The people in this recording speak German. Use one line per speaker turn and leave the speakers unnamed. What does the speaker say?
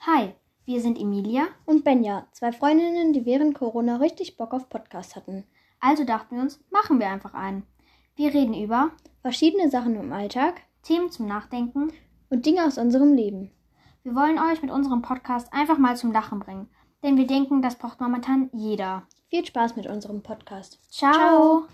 Hi, wir sind Emilia.
Und Benja, zwei Freundinnen, die während Corona richtig Bock auf Podcast hatten.
Also dachten wir uns, machen wir einfach einen. Wir reden über
Verschiedene Sachen im Alltag
Themen zum Nachdenken.
und Dinge aus unserem Leben.
Wir wollen euch mit unserem Podcast einfach mal zum Lachen bringen, denn wir denken, das braucht momentan jeder.
Viel Spaß mit unserem Podcast.
Ciao.